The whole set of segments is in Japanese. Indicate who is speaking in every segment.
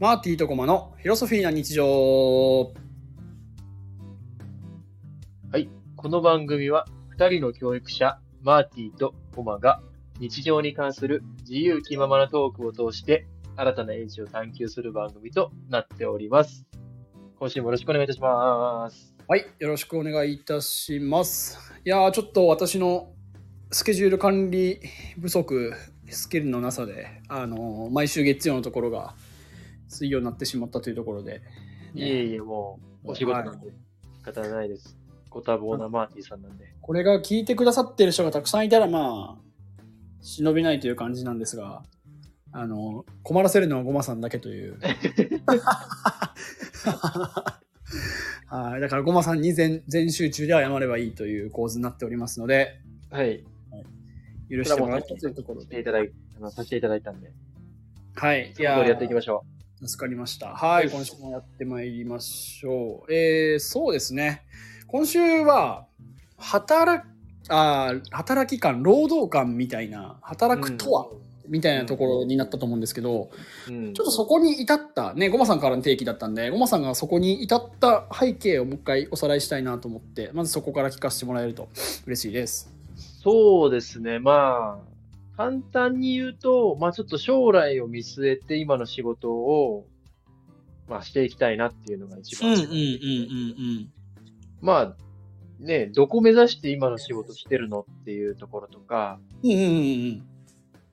Speaker 1: マーティーとコマのフィロソフィーな日常。
Speaker 2: はい。この番組は、二人の教育者、マーティとコマが、日常に関する自由気ままなトークを通して、新たな英知を探求する番組となっております。今週もよろしくお願いいたします。
Speaker 1: はい、よろしくお願いいたします。いやー、ちょっと私のスケジュール管理不足、スキルのなさで、あのー毎週月曜のところが水曜になってしまったというところで、
Speaker 2: いえいえ、もう、お仕事なんで、仕方ないです。ご多忙なマーティさんなんで。
Speaker 1: これが聞いてくださってる人がたくさんいたら、まあ、忍びないという感じなんですが、あのー困らせるのはゴマさんだけという。はい、だからゴマさんに全全集中で謝ればいいという構図になっておりますので、
Speaker 2: はい。
Speaker 1: 許してもらったというところ
Speaker 2: して
Speaker 1: で。
Speaker 2: いただいあのさせていただいたんで、
Speaker 1: はい。い
Speaker 2: いや
Speaker 1: や
Speaker 2: やっていきましょ
Speaker 1: ょ助かりました。はい。
Speaker 2: よし
Speaker 1: 今週もやってまいりましょう。えー、そうですね。今週は、働き、あー働き感、労働感みたいな、
Speaker 2: う。
Speaker 1: 働くとは、みたいなところになったと思うんですけど、
Speaker 2: うん、
Speaker 1: ちょっとそこに至った、ね、ゴマさんからの定義だったんで、ゴマさんがそこに至った背景をもう一回おさらいしたいなと思って、まずそこから聞かせてもらえると嬉しいです。
Speaker 2: そうですね、まあ、簡単に言うと、まあ、ちょっと将来を見据えて、今の仕事を、まあ、していきたいなっていうのが一番。
Speaker 1: ん。
Speaker 2: まあ、ね、どこ目指して今の仕事してるのっていうところとか、
Speaker 1: うんうんうん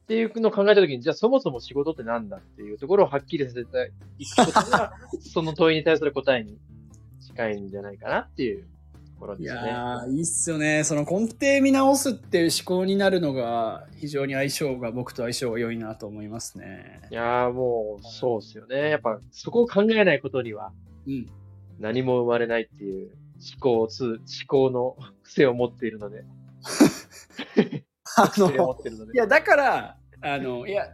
Speaker 2: っていうのを考えたときに、じゃあそもそも仕事ってなんだっていうところをはっきりさせていくことが、 その問いに対する答えに近いんじゃないかなっていうところ
Speaker 1: い
Speaker 2: ですね。
Speaker 1: やーいいっすよねその根底見直すっていう思考になるのが非常に相性が僕と相性が良いなと思いますね
Speaker 2: いやーもう、そうですよね。やっぱ、そこを考えないことには、
Speaker 1: う ん
Speaker 2: 何も生まれないっていう思考をつ、思考の癖を持っているので、
Speaker 1: あ
Speaker 2: 癖を持
Speaker 1: の
Speaker 2: っているので。
Speaker 1: いやだからあのいや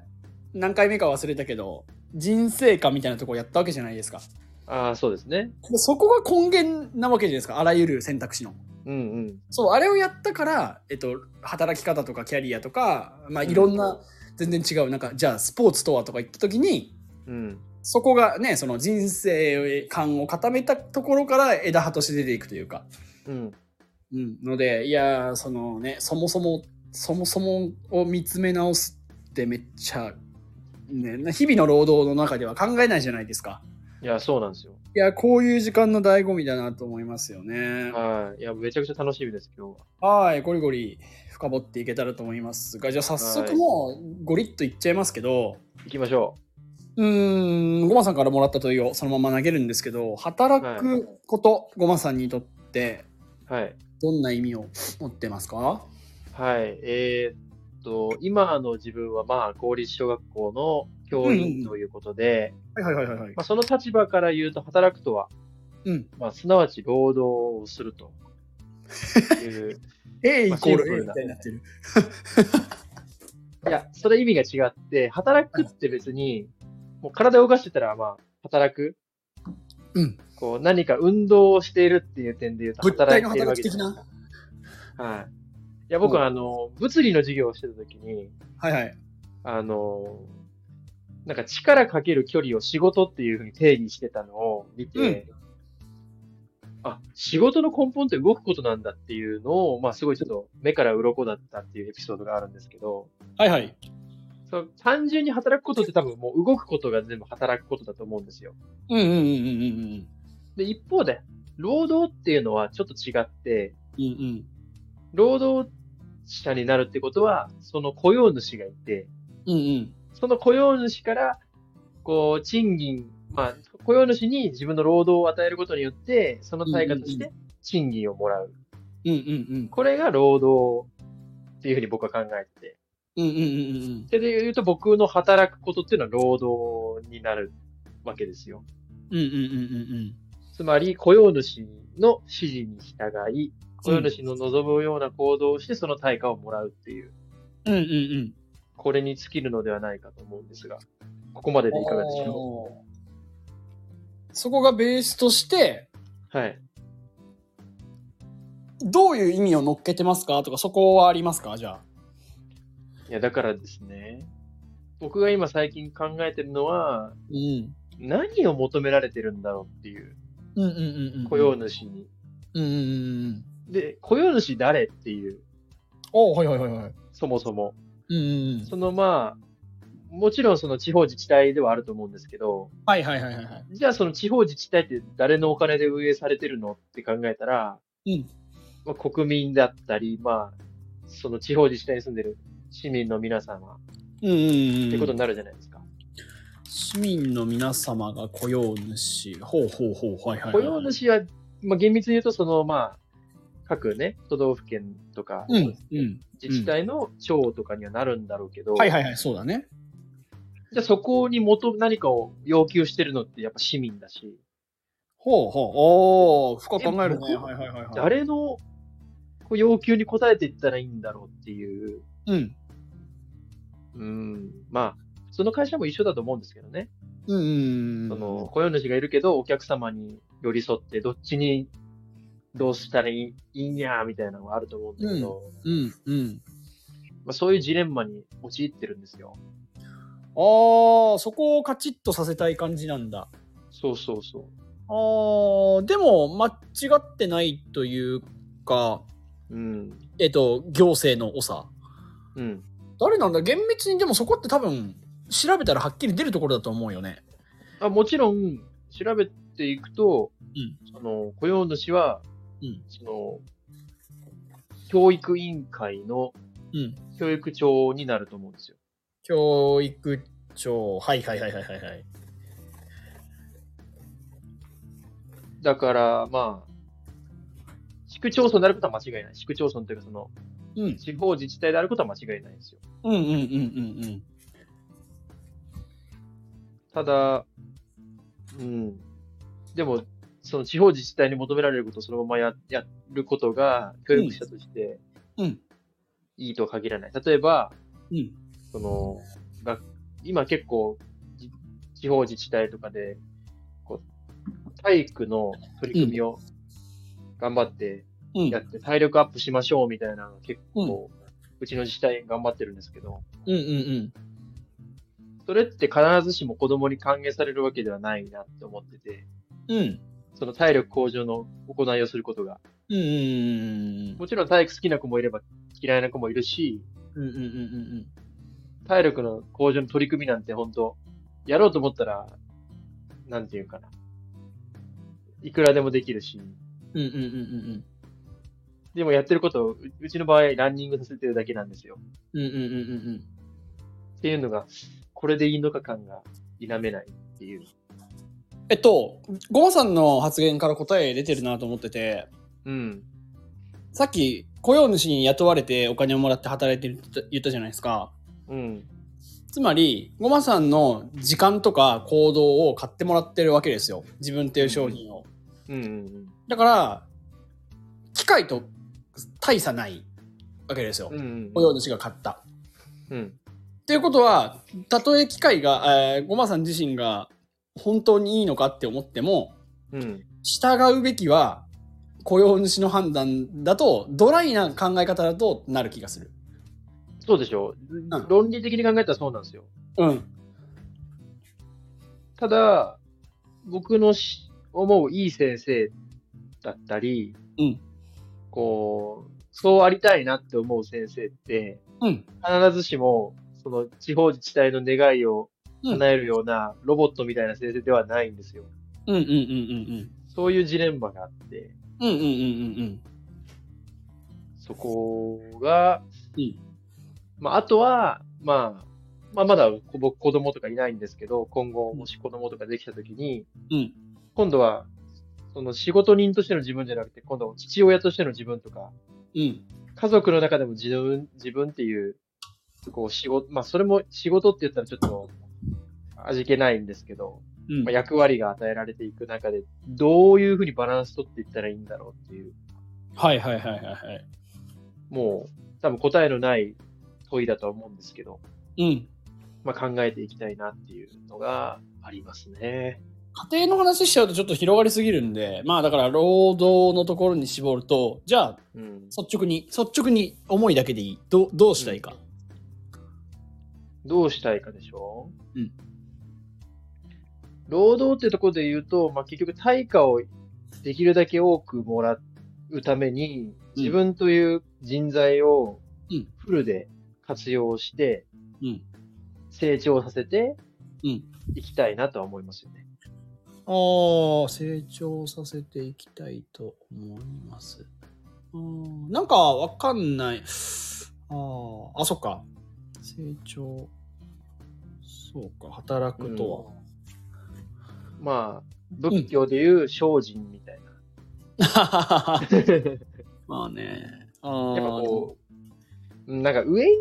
Speaker 1: 何回目か忘れたけど人生観みたいなとこやったわけじゃないですか
Speaker 2: ああ、そうですね。
Speaker 1: でそこが根源なわけじゃないですかあらゆる選択肢の
Speaker 2: うんうん。
Speaker 1: そうあれをやったから、えっと、働き方とかキャリアとか、まあ、いろんな、全然違うなんかじゃあスポーツとはとか言った時に
Speaker 2: うん。
Speaker 1: そこがね、その人生観を固めたところから枝葉として出ていくというか。
Speaker 2: うん。
Speaker 1: うん。ので、いやー、そのね、そもそも、そもそもを見つめ直すってめっちゃ、ね、日々の労働の中では考えないじゃないですか。
Speaker 2: いや、そうなんですよ。
Speaker 1: いや、こういう時間の醍醐味だなと思いますよね。
Speaker 2: はい。いや、めちゃくちゃ楽しみです、今日は。
Speaker 1: はい、ゴリゴリ深掘っていけたらと思いますが、じゃあ早速もうゴリッといっちゃいますけど、
Speaker 2: 行きましょ
Speaker 1: うーん、ごまさんからもらった問いをそのまま投げるんですけど、働くこと、ごまさんにとって、
Speaker 2: う。はい。
Speaker 1: どんな意味を持ってますか
Speaker 2: はい。えーっと、今の自分は、まあ、公立小学校の教員ということで、
Speaker 1: はいはいはいはいはい
Speaker 2: まあ、その立場から言うと、働くとは、
Speaker 1: うん。
Speaker 2: まあ、すなわち労働をするという。
Speaker 1: A イ
Speaker 2: まあ
Speaker 1: コー
Speaker 2: シンプ
Speaker 1: ル A
Speaker 2: ル
Speaker 1: み
Speaker 2: な
Speaker 1: たいになってる。
Speaker 2: いや、それ意味が違って、働くって別に、もう体を動かしてたら、まあ、働く。
Speaker 1: うん。
Speaker 2: こう、何か運動をしているっていう点で言うと、
Speaker 1: 物体の
Speaker 2: いてるわ
Speaker 1: 働
Speaker 2: け
Speaker 1: き的
Speaker 2: じゃ
Speaker 1: な。
Speaker 2: ない。はい。いや、僕は、あの、物理の授業をしてた時に、
Speaker 1: はいはい。
Speaker 2: あの、なんか力かける距離を仕事っていうふうに定義してたのを見て、あ、仕事の根本って動くことなんだっていうのを、まあすごいちょっと目から鱗だったっていうエピソードがあるんですけど、
Speaker 1: はいはい。
Speaker 2: そう単純に働くことって多分もう動くことが全部働くことだと思うんですよ。
Speaker 1: うんうんうんうんうん
Speaker 2: で、一方で、労働っていうのはちょっと違って、
Speaker 1: うん。うんうん。
Speaker 2: 労働者になるってことは、その雇用主がいて、
Speaker 1: うんうん。
Speaker 2: その雇用主から、こう、賃金、まあ、雇用主に自分の労働を与えることによって、その対価とし
Speaker 1: う
Speaker 2: て賃金をもらう。
Speaker 1: うんうんうん。
Speaker 2: これが労働っていうふうに僕は考えてて。
Speaker 1: うんうんうんうん。
Speaker 2: それで言うと僕の働くことっていうのは労働になるわけですよ。
Speaker 1: うんうんうん
Speaker 2: つまり、雇用主の指示に従い、雇用主の望むような行動をして、その対価をもらうっていう、
Speaker 1: うんうん。うんうん
Speaker 2: これに尽きるのではないかと思うんですが、ここまで
Speaker 1: う
Speaker 2: で
Speaker 1: ん。
Speaker 2: いかがでしょ
Speaker 1: おーそこがベースとして、
Speaker 2: うはい。
Speaker 1: どういう意味を乗っけてますかとか、そこはありますかじゃあ。
Speaker 2: いや、だからですね、僕が今最近考えてるのは、
Speaker 1: うん。
Speaker 2: 何を求められてるんだろうっていう、
Speaker 1: うんうんうんうん。
Speaker 2: 雇用主に。
Speaker 1: うんうんうんうん。
Speaker 2: で、雇用主誰っていう、
Speaker 1: おはいはいはいはい。
Speaker 2: そもそも。
Speaker 1: うんうんうん。
Speaker 2: そのまあ、もちろんその地方自治体ではあると思うんですけど、
Speaker 1: はいはいはいはいはい。
Speaker 2: じゃあその地方自治体って誰のお金で運営されてるのって考えたら、
Speaker 1: うん
Speaker 2: まあ、国民だったり、まあ、その地方自治体に住んでる市民の皆様
Speaker 1: うんうんうん。
Speaker 2: ってことになるじゃないですか。
Speaker 1: 市民の皆様が雇用主。ほうほうほう。はいはい、はい。
Speaker 2: 雇用。主は、まあ、厳密に言うと、そのまあ、各ね、都道府県とか、
Speaker 1: うんうん。
Speaker 2: 自治体の長とかにはなるんだろうけど、
Speaker 1: はいはいはい、そうだね。
Speaker 2: じゃあそこに元何かを要求してるのってやっぱ市民だし、
Speaker 1: ほうほう。おー、深く考える
Speaker 2: え
Speaker 1: ね。
Speaker 2: 僕
Speaker 1: はいはいはい、はい。
Speaker 2: 誰のこう要求に応えていったらいいんだろうっていう
Speaker 1: うん。
Speaker 2: うんまあ、その会社も一緒だと思うんですけどね。
Speaker 1: うんうんうん。
Speaker 2: その、雇用主がいるけど、お客様に寄り添って、どっちにどうしたらいいいいんや、みたいなのがあると思うんだけど、
Speaker 1: うんうん。
Speaker 2: まあ、そういうジレンマに陥ってるんですよ。
Speaker 1: ああ、そこをカチッとさせたい感じなんだ。
Speaker 2: そうそうそう。
Speaker 1: あーでも間違ってないというか、
Speaker 2: うん。
Speaker 1: えっと、行政の長。
Speaker 2: うん。
Speaker 1: 誰なんだ厳密にでもそこって多分調べたらはっきり出るところだと思うよね。
Speaker 2: あもちろん、調べていくと、
Speaker 1: うん
Speaker 2: その雇用主は、
Speaker 1: うん
Speaker 2: その、教育委員会の
Speaker 1: うん。
Speaker 2: 教育長になると思うんですよ。
Speaker 1: 教育長。はいはいはいはいはいはい。
Speaker 2: だから、まあ、市区町村であることは間違いない。市区町村というか、その、
Speaker 1: うん。
Speaker 2: 地方自治体であることは間違いないですよ。
Speaker 1: うんうんうんうんうん。
Speaker 2: ただ、うん。でも、その地方自治体に求められることをそのままややることが、教育者として
Speaker 1: うん。
Speaker 2: いいとは限らない。例えば、
Speaker 1: うん。
Speaker 2: その、学今結構、じ地方自治体とかで、こう、体育の取り組みを頑張って
Speaker 1: うん。
Speaker 2: やって、体力アップしましょうみたいなのが結構、うちの自治体頑張ってるんですけど、
Speaker 1: うんうん
Speaker 2: それって必ずしも子供に還元されるわけではないなって思ってて、
Speaker 1: うん。うん。
Speaker 2: その体力向上の行いをすることが。
Speaker 1: うんうん
Speaker 2: もちろん体育好きな子もいれば嫌いな子もいるし、
Speaker 1: うんうんうんうん
Speaker 2: 体力の向上の取り組みなんて本当やろうと思ったら、なんていうかな。いくらでもできるし、
Speaker 1: うんうんうんうん
Speaker 2: でもやってることを、ううちの場合ランニングさせてるだけなんですよ。
Speaker 1: うんうんうんうんうんうん
Speaker 2: っていうのが、これでいいのか感が否めないっていう。
Speaker 1: えっとゴマさんの発言から答え出てるなと思ってて
Speaker 2: うん。
Speaker 1: さっき雇用主に雇われてお金をもらって働いてるって言ったじゃないですか
Speaker 2: うん。
Speaker 1: つまりゴマさんの時間とか行動を買ってもらってるわけですよ自分っていう商品を
Speaker 2: うんうん
Speaker 1: だから機械と大差ないわけですよ
Speaker 2: うん。うん。
Speaker 1: 雇用主が買った
Speaker 2: うん。
Speaker 1: っていうことは、たとえ機械が、えー、ごまさん自身が本当にいいのかって思っても、
Speaker 2: うん。
Speaker 1: 従うべきは雇用主の判断だと、ドライな考え方だとなる気がする。
Speaker 2: そうでしょう、
Speaker 1: ん
Speaker 2: 論理的に考えたらそうなんですよ。
Speaker 1: うん。
Speaker 2: ただ、僕のし思ういい先生だったり、
Speaker 1: うん
Speaker 2: こう、そうありたいなって思う先生って、
Speaker 1: うん。
Speaker 2: 必ずしも、その地方自治体の願いを
Speaker 1: うん
Speaker 2: 叶えるようなロボットみたいな先生ではないんですよ。
Speaker 1: うんうんうんうん
Speaker 2: そういうジレンマがあって、
Speaker 1: うん。うんうんうんうんうん。
Speaker 2: そこが、
Speaker 1: うん
Speaker 2: まあ、あとは、まあ、まあ、まだこ僕子供とかいないんですけど、今後もし子供とかできたときに、
Speaker 1: うん
Speaker 2: 今度は、その仕事人としての自分じゃなくて、今度は父親としての自分とか、
Speaker 1: うん。
Speaker 2: 家族の中でも自分、自分っていう、こう仕事、まあそれも仕事って言ったらちょっと味気ないんですけど、
Speaker 1: うん
Speaker 2: まあ、役割が与えられていく中で、どういうふうにバランス取っていったらいいんだろうっていう、
Speaker 1: はいはいはいはいはい。
Speaker 2: もう多分答えのない問いだとは思うんですけど、
Speaker 1: うん。
Speaker 2: まあ考えていきたいなっていうのがありますね。
Speaker 1: 家庭の話しちゃうとちょっと広がりすぎるんで、まあだから労働のところに絞ると、じゃあ
Speaker 2: うん。
Speaker 1: 率直に、率直に思いだけでいい。どうどうしたいか。
Speaker 2: どうしたいかでしょ
Speaker 1: うん。
Speaker 2: 労働ってところで言うと、まあ、結局対価をできるだけ多くもらうために、自分という人材を
Speaker 1: うん
Speaker 2: フルで活用して、
Speaker 1: うん。
Speaker 2: 成長させて
Speaker 1: うん。
Speaker 2: いきたいなとは思いますよね。
Speaker 1: ああ、成長させていきたいと思います。うんなんかわかんない。あーあ、そっか。成長。そうか、働くとは。
Speaker 2: まあ、仏教でいう精進みたいな。
Speaker 1: まあね。
Speaker 2: やっぱこう、なんか上に、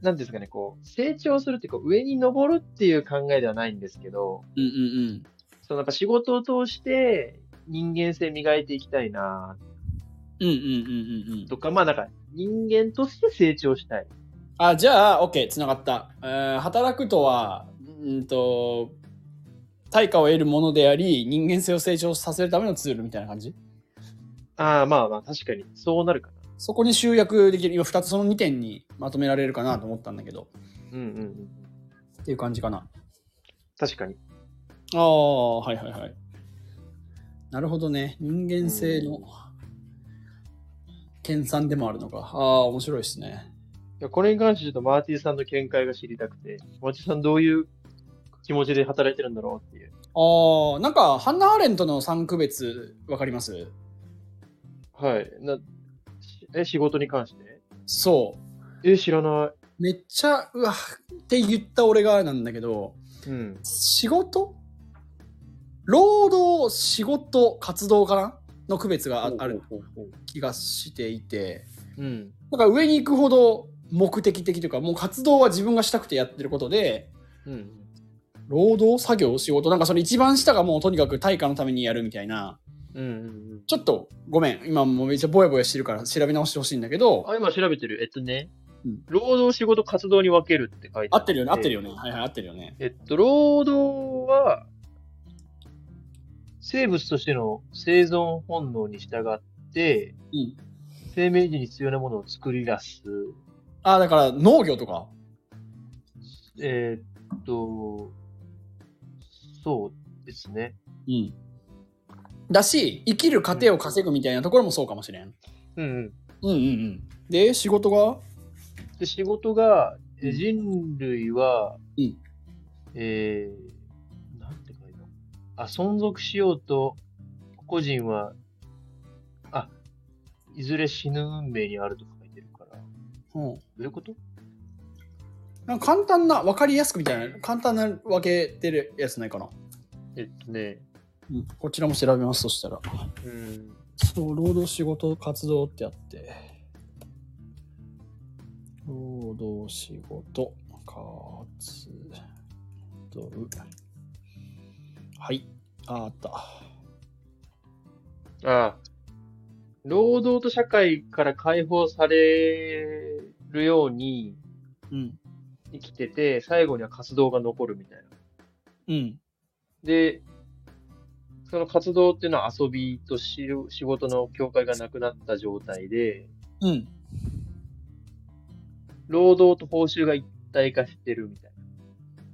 Speaker 2: なんていうんですかね、こう、成長するっていうか、上に登るっていう考えではないんですけど、
Speaker 1: う。うんうん
Speaker 2: そのやっぱ仕事を通して人間性磨いていきたいな
Speaker 1: うん。うんうんうんうんうん
Speaker 2: と。か、まあなんか人間として成長したい。
Speaker 1: あ、じゃあ、OK、つながった。えー働くとは、うんと、対価を得るものであり、人間性を成長させるためのツールみたいな感じ
Speaker 2: ああ、まあまあ確かに、そうなるかな。
Speaker 1: そこに集約できる、今2つ、その2点にまとめられるかなと思ったんだけど、
Speaker 2: うんうんうん。
Speaker 1: っていう感じかな。
Speaker 2: 確かに。
Speaker 1: ああ、はいはいはい。なるほどね。人間性の
Speaker 2: うん
Speaker 1: 研鑽でもあるのか。ああ、面白いですね。
Speaker 2: いやこれに関してちょっとマーティさんの見解が知りたくて、マーティさんどういう気持ちで働いてるんだろうっていう。
Speaker 1: ああ、なんか、ハンナ・アーレントの三区別、わかります
Speaker 2: はい。な、しえ、仕事に関して
Speaker 1: そう。
Speaker 2: え、知らな
Speaker 1: めっちゃうわって言った俺がなんだけど
Speaker 2: い。うん。
Speaker 1: 仕事労働仕事活動かなの区別があある。気がしていて
Speaker 2: うん。
Speaker 1: なんか上に行くほど目的的というかもう活動は自分がしたくてやってることで
Speaker 2: うん。
Speaker 1: 労働作業仕事なんかその一番下がもうとにかく対価のためにやるみたいな
Speaker 2: うんうん
Speaker 1: ちょっとごめん今もうめっちゃぼやぼやしてるから調べ直してほしいんだけど
Speaker 2: あ、今調べてる。えっとね、
Speaker 1: うん
Speaker 2: 労働仕事活動に分けるって書いて
Speaker 1: 合
Speaker 2: あ
Speaker 1: ってるよね合ってるよねはいはい合ってるよね
Speaker 2: えっと、労働は、生物としての生存本能に従って、
Speaker 1: うん
Speaker 2: 生命時に必要なものを作り出す。
Speaker 1: あだから農業とか
Speaker 2: えーっと、そうですね。
Speaker 1: うん。だし、生きる糧を稼ぐみたいなところもそうかもしれん。
Speaker 2: うんう
Speaker 1: う
Speaker 2: ん。
Speaker 1: んうんうん。で、仕事が
Speaker 2: で、仕事が、
Speaker 1: う
Speaker 2: え
Speaker 1: ん
Speaker 2: 人類は、
Speaker 1: うん
Speaker 2: えー、なんて書いたあ、存続しようと、個人は、あ、いずれ死ぬ運命にあると書いてるから。ど
Speaker 1: うん。
Speaker 2: ういうこと
Speaker 1: なんか簡単な、分かりやすくみたいな、簡単な分けてるやつないかな。
Speaker 2: えっとね、
Speaker 1: うん、こちらも調べます、そしたら。
Speaker 2: うん、
Speaker 1: そう、労働仕事活動ってあって。労働仕事活動。はい。ああった。
Speaker 2: ああ、労働と社会から解放されるように
Speaker 1: うん。
Speaker 2: 生きてて、最後には活動が残るみたいな。
Speaker 1: うん。
Speaker 2: で、その活動っていうのは遊びとし仕事の境界がなくなった状態で、
Speaker 1: うん。
Speaker 2: 労働と報酬が一体化してるみたい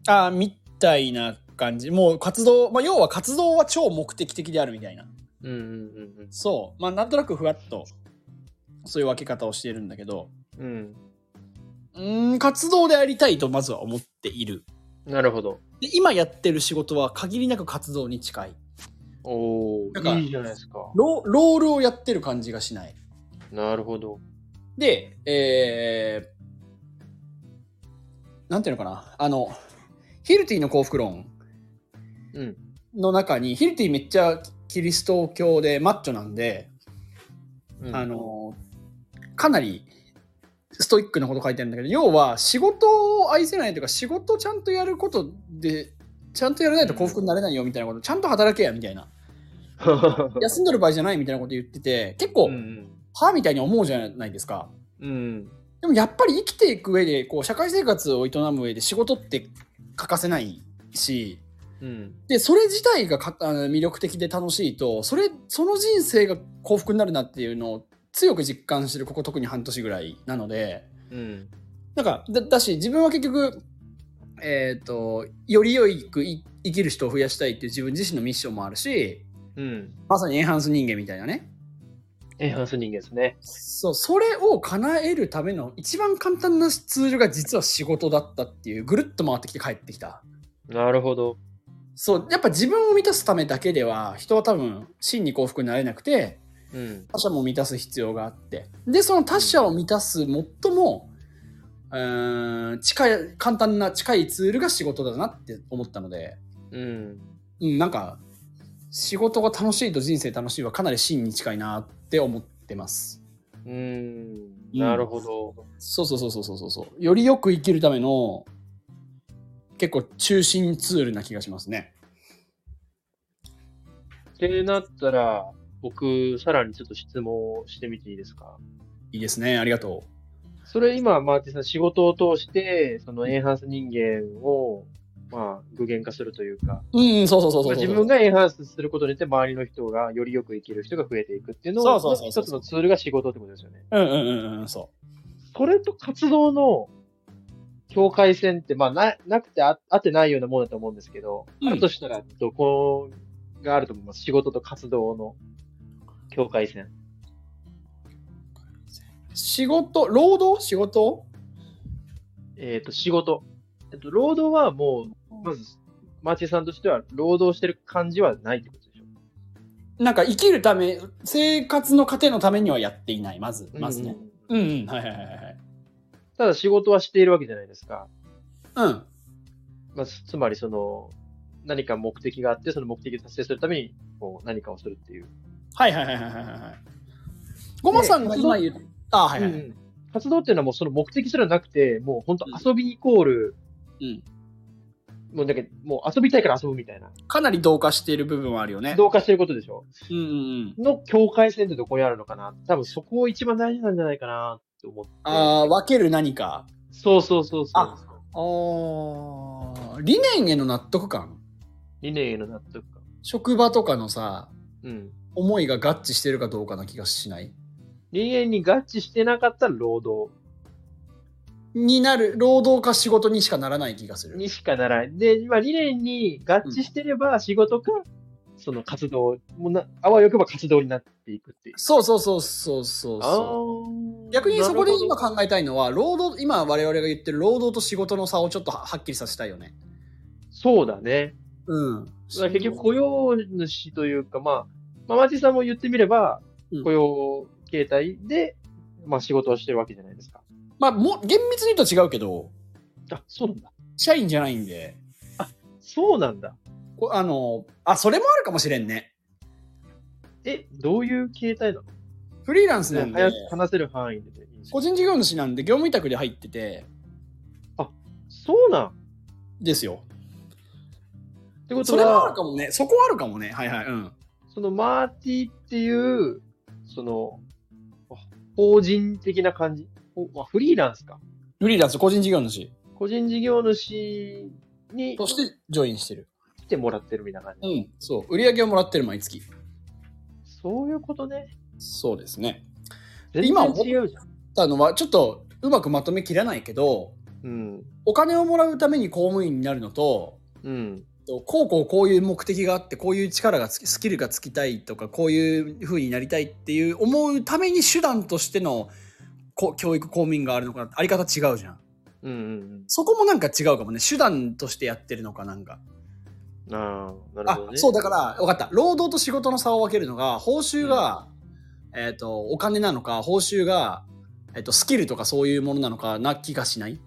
Speaker 1: あーみたいな感じもう活動、まあ、要は活動は超目的的であるみたいな
Speaker 2: な。うんうん
Speaker 1: そうまあなんとなくふわっとそういう分け方をしているんだけど
Speaker 2: うんうん。
Speaker 1: うーん活動でありたいとまずは思っている
Speaker 2: うん。なるほど。
Speaker 1: で今やってる仕事は限りなく活動に近い
Speaker 2: お
Speaker 1: なんか
Speaker 2: ー、いいじゃないですか。
Speaker 1: ロロールをやってる感じがしない
Speaker 2: なるほど。
Speaker 1: でえー、なんていうのかなあのヒルティの幸福論
Speaker 2: うん。
Speaker 1: の中にヒルティめっちゃキリスト教でマッチョなんで
Speaker 2: うん
Speaker 1: あ、 のかなりストイックなこと書いてあるんだけど要は仕事を愛せないというか仕事をちゃんとやることでちゃんとやらないと幸福になれないよみたいなことちゃんと働けやみたいな休んどる場合じゃないみたいなこと言ってて結構
Speaker 2: うん
Speaker 1: 歯みたいに思うじゃないですか
Speaker 2: うん。うん。
Speaker 1: でもやっぱり生きていく上でこう社会生活を営む上で仕事って欠かせないし
Speaker 2: うん。
Speaker 1: でそれ自体がかあの魅力的で楽しいとそれその人生が幸福になるなっていうのを強く実感してるここ特に半年ぐらいなので
Speaker 2: うん。
Speaker 1: なんかだだし自分は結局えっ、と、より良くい生きる人を増やしたいっていう自分自身のミッションもあるし、
Speaker 2: うん。
Speaker 1: まさにエンハンス人間みたいなね。
Speaker 2: エンハンス人間ですね。
Speaker 1: そう、それを叶えるための一番簡単なツールが実は仕事だったっていう、ぐるっと回ってきて帰ってきた。
Speaker 2: なるほど。
Speaker 1: そう、やっぱ自分を満たすためだけでは、人は多分真に幸福になれなくて、
Speaker 2: うん。
Speaker 1: 他者も満たす必要があって。で、その他者を満たす最も、うーん、近い、簡単な近いツールが仕事だなって思ったので、
Speaker 2: うん。
Speaker 1: うん、なんか、仕事が楽しいと人生楽しいはかなり真に近いなって思ってます。
Speaker 2: うん。なるほど。
Speaker 1: そうそうそうそうそうそう。よりよく生きるための、結構中心ツールな気がしますね。
Speaker 2: ってなったら、僕、さらにちょっと質問をしてみていいですか
Speaker 1: いいですね。ありがとう。
Speaker 2: それ今、マーティさん、仕事を通して、そのエンハンス人間を、まあ、具現化するというか、
Speaker 1: うん、そうそうそうそうそう。
Speaker 2: まあ自分がエンハンスすることによって、周りの人が、よりよく生きる人が増えていくっていうの
Speaker 1: そうそう
Speaker 2: を、
Speaker 1: そうそう
Speaker 2: 一つのツールが仕事ってことですよね。
Speaker 1: うんうんうんうん、そ
Speaker 2: それと活動の境界線って、まあ、な、なくてあ、あってないようなものだと思うんですけど、
Speaker 1: うん
Speaker 2: あるとしたら、どこがあると思います仕事と活動の境界線。
Speaker 1: う。仕事、労働仕事
Speaker 2: えっ、と、仕事。えっと、労働はもう、まず、マーチさんとしては、労働してる感じはないってことでしょ
Speaker 1: なんか生きるため、生活の糧のためにはやっていない、まず、まずね。
Speaker 2: うん
Speaker 1: うんうん、はいはいはいはい。
Speaker 2: ただ仕事はしているわけじゃないですか。
Speaker 1: うん。
Speaker 2: まあ、つつまり、その、何か目的があって、その目的を達成するために、こう、何かをするっていう。
Speaker 1: はいはいはいはいはいはい。ごまさんが今言った、あはいはい。
Speaker 2: うん活動っていうのはもうその目的すらなくて、もう本当遊びイコール、
Speaker 1: うん
Speaker 2: もうだけどもう遊びたいから遊ぶみたいな。
Speaker 1: かなり同化している部分はあるよね。
Speaker 2: 同化してることでしょ
Speaker 1: うんうんうん。
Speaker 2: の境界線ってどこにあるのかな多分そこを一番大事なんじゃないかなって思って。
Speaker 1: ああ、分ける何か。
Speaker 2: そうそうそうそう
Speaker 1: あ。あー理念への納得感。
Speaker 2: 理念への納得感。
Speaker 1: 職場とかのさ、
Speaker 2: うん。
Speaker 1: 思いが合致してるかどうかな気がしない。
Speaker 2: 理念に合致してなかったら労働
Speaker 1: になる、労働か仕事にしかならない気がする。
Speaker 2: にしかならない。で、今理念に合致してれば仕事か、その活動、もうな、あわよくば活動になっていくっていう。
Speaker 1: そうそうそうそうそうそう。
Speaker 2: あー
Speaker 1: 逆にそこで今
Speaker 2: なるほど
Speaker 1: 考えたいのは、労働、今我々が言ってる労働と仕事の差をちょっとははっきりさせたいよね。
Speaker 2: そうだね。
Speaker 1: うん。
Speaker 2: だから結局雇用主というか、まあ、まあ、マーティさんも言ってみれば
Speaker 1: うん、
Speaker 2: 雇用形態で、まあ仕事をしてるわけじゃないですか。
Speaker 1: まあ、もう厳密に言うと違うけど、
Speaker 2: あ、そうなんだ。
Speaker 1: 社員じゃないんで、
Speaker 2: そうなんだ。
Speaker 1: こあの、あ、それもあるかもしれんね。
Speaker 2: え、どういう形態なの
Speaker 1: フリーランスなんで
Speaker 2: 早、く話せる範囲でねいいんです
Speaker 1: 個
Speaker 2: よ。
Speaker 1: 人事業主なんで業務委託で入ってて、
Speaker 2: そうなん
Speaker 1: ですよ。
Speaker 2: ってこと
Speaker 1: それもある
Speaker 2: は
Speaker 1: か、もね。そこはあるかもね。はいはい。うん。
Speaker 2: そのマーティっていう、その、あ法人的な感じほあフリーランスか。
Speaker 1: フリーランス、個人事業主
Speaker 2: 個人事業主に
Speaker 1: としてジョインしてる。
Speaker 2: 来てもらってるみたいな感
Speaker 1: う
Speaker 2: じ。
Speaker 1: ん。そう。売り上げをもらってる毎月。
Speaker 2: そういうことね。
Speaker 1: そうですね。
Speaker 2: 全
Speaker 1: 今
Speaker 2: 然
Speaker 1: 思っ
Speaker 2: 違うじゃん。
Speaker 1: たのは、ちょっとうまくまとめきらないけど、
Speaker 2: うん。
Speaker 1: お金をもらうために公務員になるのと、
Speaker 2: うん。
Speaker 1: こうこうこういう目的があってこういう力がつきスキルがつきたいとかこういう風になりたいっていう思うために手段としてのこ教育公務員があるのかなあり方違うじゃん
Speaker 2: うんうん
Speaker 1: そこもなんか違うかもね手段としてやってるのかなんか
Speaker 2: うん。ああ、なる
Speaker 1: あ
Speaker 2: ほど、ね。
Speaker 1: そうだから分かった労働と仕事の差を分けるのが報酬が、えっとお金なのか報酬が、えっとスキルとかそういうものなのかな気がしない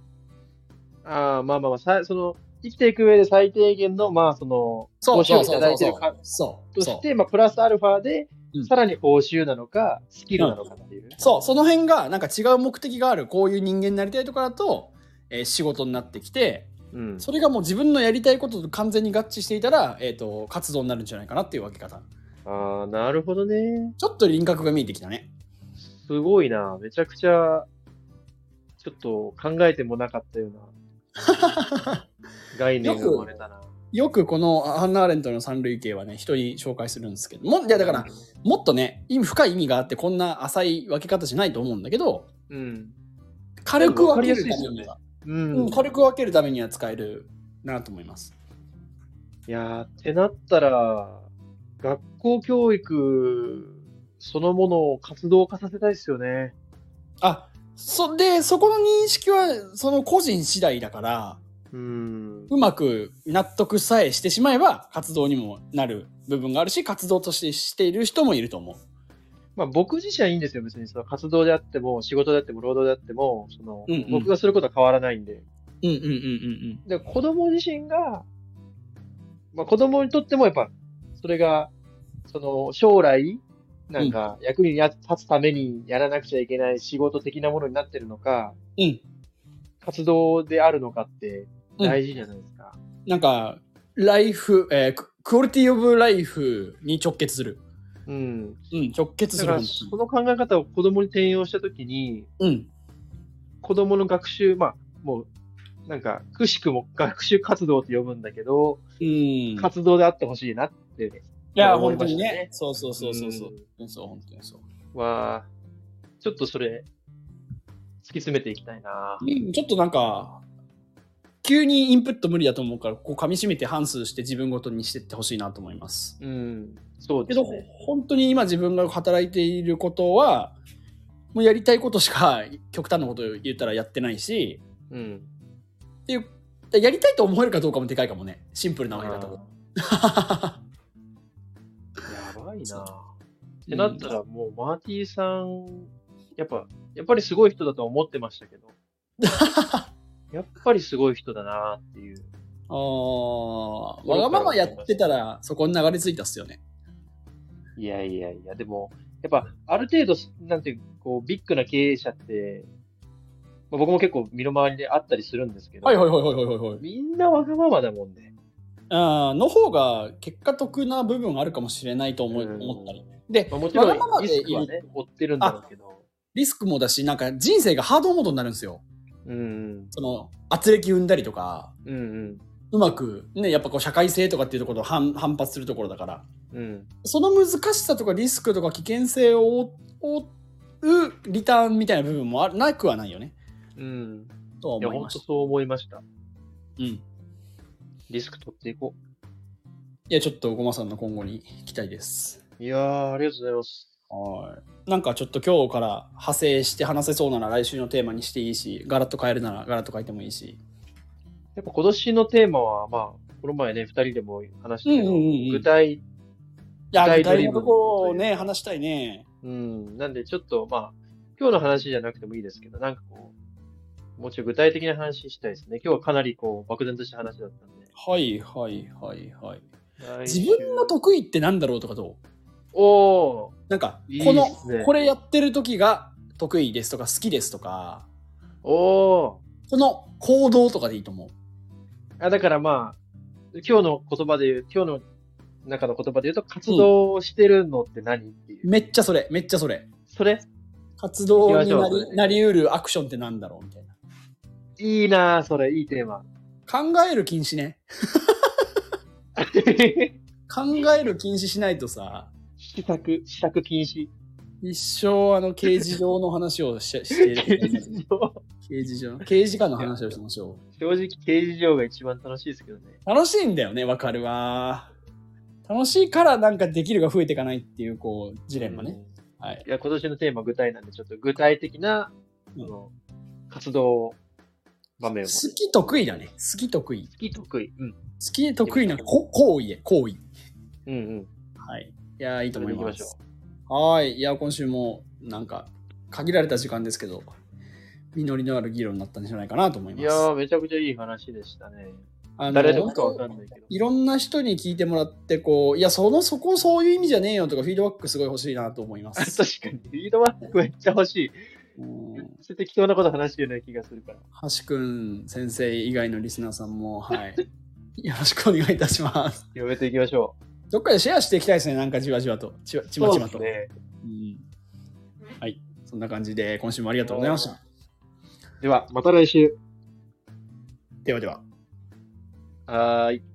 Speaker 2: ああ、まあまあまあ、さその、生きていく上で最低限の、まあ、その、報酬をいただいてるか
Speaker 1: そう
Speaker 2: と
Speaker 1: そう
Speaker 2: して、まあ、プラスアルファで
Speaker 1: うん、
Speaker 2: さらに報酬なのか、スキルなのかっていう。
Speaker 1: そう、その辺がなんか違う目的がある、こういう人間になりたいとかだと、えー仕事になってきて、
Speaker 2: うん。
Speaker 1: それがもう自分のやりたいことと完全に合致していたら、えっ、と、活動になるんじゃないかなっていう分け方。
Speaker 2: ああ、なるほどね。
Speaker 1: ちょっと輪郭が見えてきたね。
Speaker 2: すごいな。めちゃくちゃ、ちょっと考えてもなかったような 概念が生まれたな。
Speaker 1: よくこのハンナ・アーレントの三類型はね、人に紹介するんですけど、も、いやだから、もっとね、意味深い意味があって、こんな浅い分け方じゃないと思うんだけど、
Speaker 2: うん。
Speaker 1: 軽く分ける
Speaker 2: でも分かりやすいですよ
Speaker 1: た
Speaker 2: ね
Speaker 1: めには
Speaker 2: うん
Speaker 1: うん、軽く分けるためには使えるなと思います。
Speaker 2: いやーってなったら、学校教育そのものを活動化させたいですよね。
Speaker 1: あそでそこの認識はその個人次第だから
Speaker 2: うん。
Speaker 1: うまく納得さえしてしまえば活動にもなる部分があるし活動としてしている人もいると思う。
Speaker 2: まあ僕自身はいいんですよ、別に。その活動であっても、仕事であっても、労働であっても、その、
Speaker 1: うんうん
Speaker 2: 僕がすることは変わらないんで。
Speaker 1: うんうんうんうん
Speaker 2: で、子供自身が、まあ子供にとってもやっぱ、それが、その、将来、なんか、役に立つためにやらなくちゃいけない仕事的なものになってるのか、
Speaker 1: うん。うん
Speaker 2: 活動であるのかって
Speaker 1: うん
Speaker 2: 大事じゃないですか。
Speaker 1: なんかライフ、えーククオリティオブライフに直結する。
Speaker 2: うん。
Speaker 1: うん、直結す
Speaker 2: だ
Speaker 1: る
Speaker 2: か。ら、
Speaker 1: 本
Speaker 2: その考え方を子供に転用したときに、
Speaker 1: 当にうん。
Speaker 2: 子供の学習、まあ、もう、なんか、くしくも学習活動って呼ぶんだけど、
Speaker 1: うん。い
Speaker 2: 活動であってほしいなって。
Speaker 1: や、
Speaker 2: 思
Speaker 1: 本
Speaker 2: い
Speaker 1: 当
Speaker 2: ま
Speaker 1: に
Speaker 2: したね
Speaker 1: ね。そうそうそうそうそう。
Speaker 2: ん
Speaker 1: 本当にそう、本当にそう。
Speaker 2: は、ちょっとそれ、突き詰めていきたいな。
Speaker 1: うんちょっとなんか、急にインプット無理だと思うから、こう噛み締めて半数して自分ごとにしてってほしいなと思います。
Speaker 2: うん。そう
Speaker 1: け
Speaker 2: です
Speaker 1: ど、
Speaker 2: ね。
Speaker 1: 本当に今自分が働いていることは、もうやりたいことしか 極端なことを言ったらやってないし、
Speaker 2: うん。
Speaker 1: っていう、やりたいと思えるかどうかもでかいかもね。シンプルなわけだと。
Speaker 2: やばい
Speaker 1: そ
Speaker 2: な
Speaker 1: う。
Speaker 2: ってなったら、もう、マーティさん、やっぱ、やっぱりすごい人だとは思ってまし たけど、やっぱりすごい人だなっていう。
Speaker 1: あーわがままやってたら、そこに流れ着いたっすよね。
Speaker 2: いやいやいや、でも、やっぱ、ある程度、なんていう、こう、ビッグな経営者って、まあ、僕も結構身の回りであったりするんですけど、
Speaker 1: はいはいはいはいはいはい。
Speaker 2: みんなわがままだもんね。
Speaker 1: あーの方が結果得な部分あるかもしれないと思い
Speaker 2: うん
Speaker 1: 思ったり。で
Speaker 2: まあ、もち
Speaker 1: わ
Speaker 2: ろ
Speaker 1: がまま
Speaker 2: ん、
Speaker 1: で
Speaker 2: リ
Speaker 1: いい
Speaker 2: スクはね、負ってるんだろうけど、
Speaker 1: リスクもだし、なんか人生がハードモードになるんですよ。
Speaker 2: うん、
Speaker 1: その、圧力生んだりとか、
Speaker 2: うん、うん、
Speaker 1: うまく、ね、やっぱこう社会性とかっていうところを反反発するところだから、
Speaker 2: うん、
Speaker 1: その難しさとかリスクとか危険性を負うリターンみたいな部分もあるなくはないよね。
Speaker 2: うん。
Speaker 1: とはい
Speaker 2: や、
Speaker 1: 思い
Speaker 2: 本
Speaker 1: まし
Speaker 2: 当
Speaker 1: た。
Speaker 2: そう思いました。
Speaker 1: うん。い
Speaker 2: リスク取っていこ
Speaker 1: や、ちょっとごまさんの今後に期待です。
Speaker 2: う。いやー、ありがとうございます。
Speaker 1: はい。なんかちょっと今日から派生して話せそうなら来週のテーマにしていいし、ガラッと変えるならガラッと変えてもいいし。
Speaker 2: やっぱ今年のテーマは、まあ、この前ね、二人でも話したけど、
Speaker 1: うんうんうんうん
Speaker 2: 具体、
Speaker 1: いや、具
Speaker 2: 具体ド
Speaker 1: 体
Speaker 2: リ
Speaker 1: の
Speaker 2: ブン
Speaker 1: ところをね、話したいね。
Speaker 2: うん、なんでちょっと、まあ、今日の話じゃなくてもいいですけど、なんかこう、もうちょい具体的な話したいですね。今日はかなりこう、漠然とした話だったんで。
Speaker 1: はいはいはいはい。
Speaker 2: 来週
Speaker 1: 自分の得意ってなんだろうとかどう
Speaker 2: おー
Speaker 1: なんか、
Speaker 2: いいっす
Speaker 1: この
Speaker 2: ね
Speaker 1: これやってる時が得意ですとか好きですとか、
Speaker 2: お
Speaker 1: この行動とかでいいと思う。
Speaker 2: ーあだからまあ、今日の言葉で言う、今日の中の言葉で言うと、活動してるのって何っていう。
Speaker 1: めっちゃそれ、めっちゃそれ。
Speaker 2: それ、
Speaker 1: 活動にな
Speaker 2: 行きましょうそ
Speaker 1: り
Speaker 2: れ
Speaker 1: なりうるアクションってなんだろうみたいな。
Speaker 2: いいなあそれ、いいテーマ。
Speaker 1: 考える禁止ね。
Speaker 2: 試
Speaker 1: 考える禁止しないとさ、
Speaker 2: 作、試作禁止。
Speaker 1: 一生あの刑事上の話をししてる。 刑事上。刑事官の話をしましょ
Speaker 2: 正直、刑事上が一番楽しいですけどね。
Speaker 1: う。楽しいんだよね、わかるわ。楽しいからなんかできるが増えていかないっていう、こう、ジレンマね。はい。
Speaker 2: いや、今年のテーマ具体なんで、ちょっと具体的な、
Speaker 1: うん
Speaker 2: その、活動場面を。好
Speaker 1: 好き得意だね。好き得意。
Speaker 2: き得意。うん。
Speaker 1: 好き得意なこ行為へ、行為。
Speaker 2: うんうん。
Speaker 1: はい。いやー、いいと
Speaker 2: それ
Speaker 1: 思い
Speaker 2: でい
Speaker 1: ま
Speaker 2: きましょ。
Speaker 1: す。はーい。いやー、今週もなんか、限られた時間ですけど、実りのある議論になったんじゃないかなと思いうま
Speaker 2: い
Speaker 1: す。
Speaker 2: やー、めちゃくちゃいい話でしたね。
Speaker 1: あのー
Speaker 2: 誰得かわかんないけど。
Speaker 1: いろんな人に聞いてもらって、こう、いや、その、そこ、そういう意味じゃねえよとか、フィードバックすごい欲しいなと思いま す。
Speaker 2: 確かに、フィードバックめっちゃ欲しい。
Speaker 1: うん
Speaker 2: そして適当なこと話してるような気がするから。
Speaker 1: 橋くん先生以外のリスナーさんも、はい。 よろしくお願いいたします。
Speaker 2: 広めていきましょ
Speaker 1: どっかでシェアしていきたいですね、なんかじわじわと、ちわ
Speaker 2: う。
Speaker 1: ちまちま
Speaker 2: そ
Speaker 1: と。
Speaker 2: うです
Speaker 1: うんはい。そんな感じで、今週もありがとうございました。
Speaker 2: ね。では、また来週。
Speaker 1: ではでは。
Speaker 2: はーい。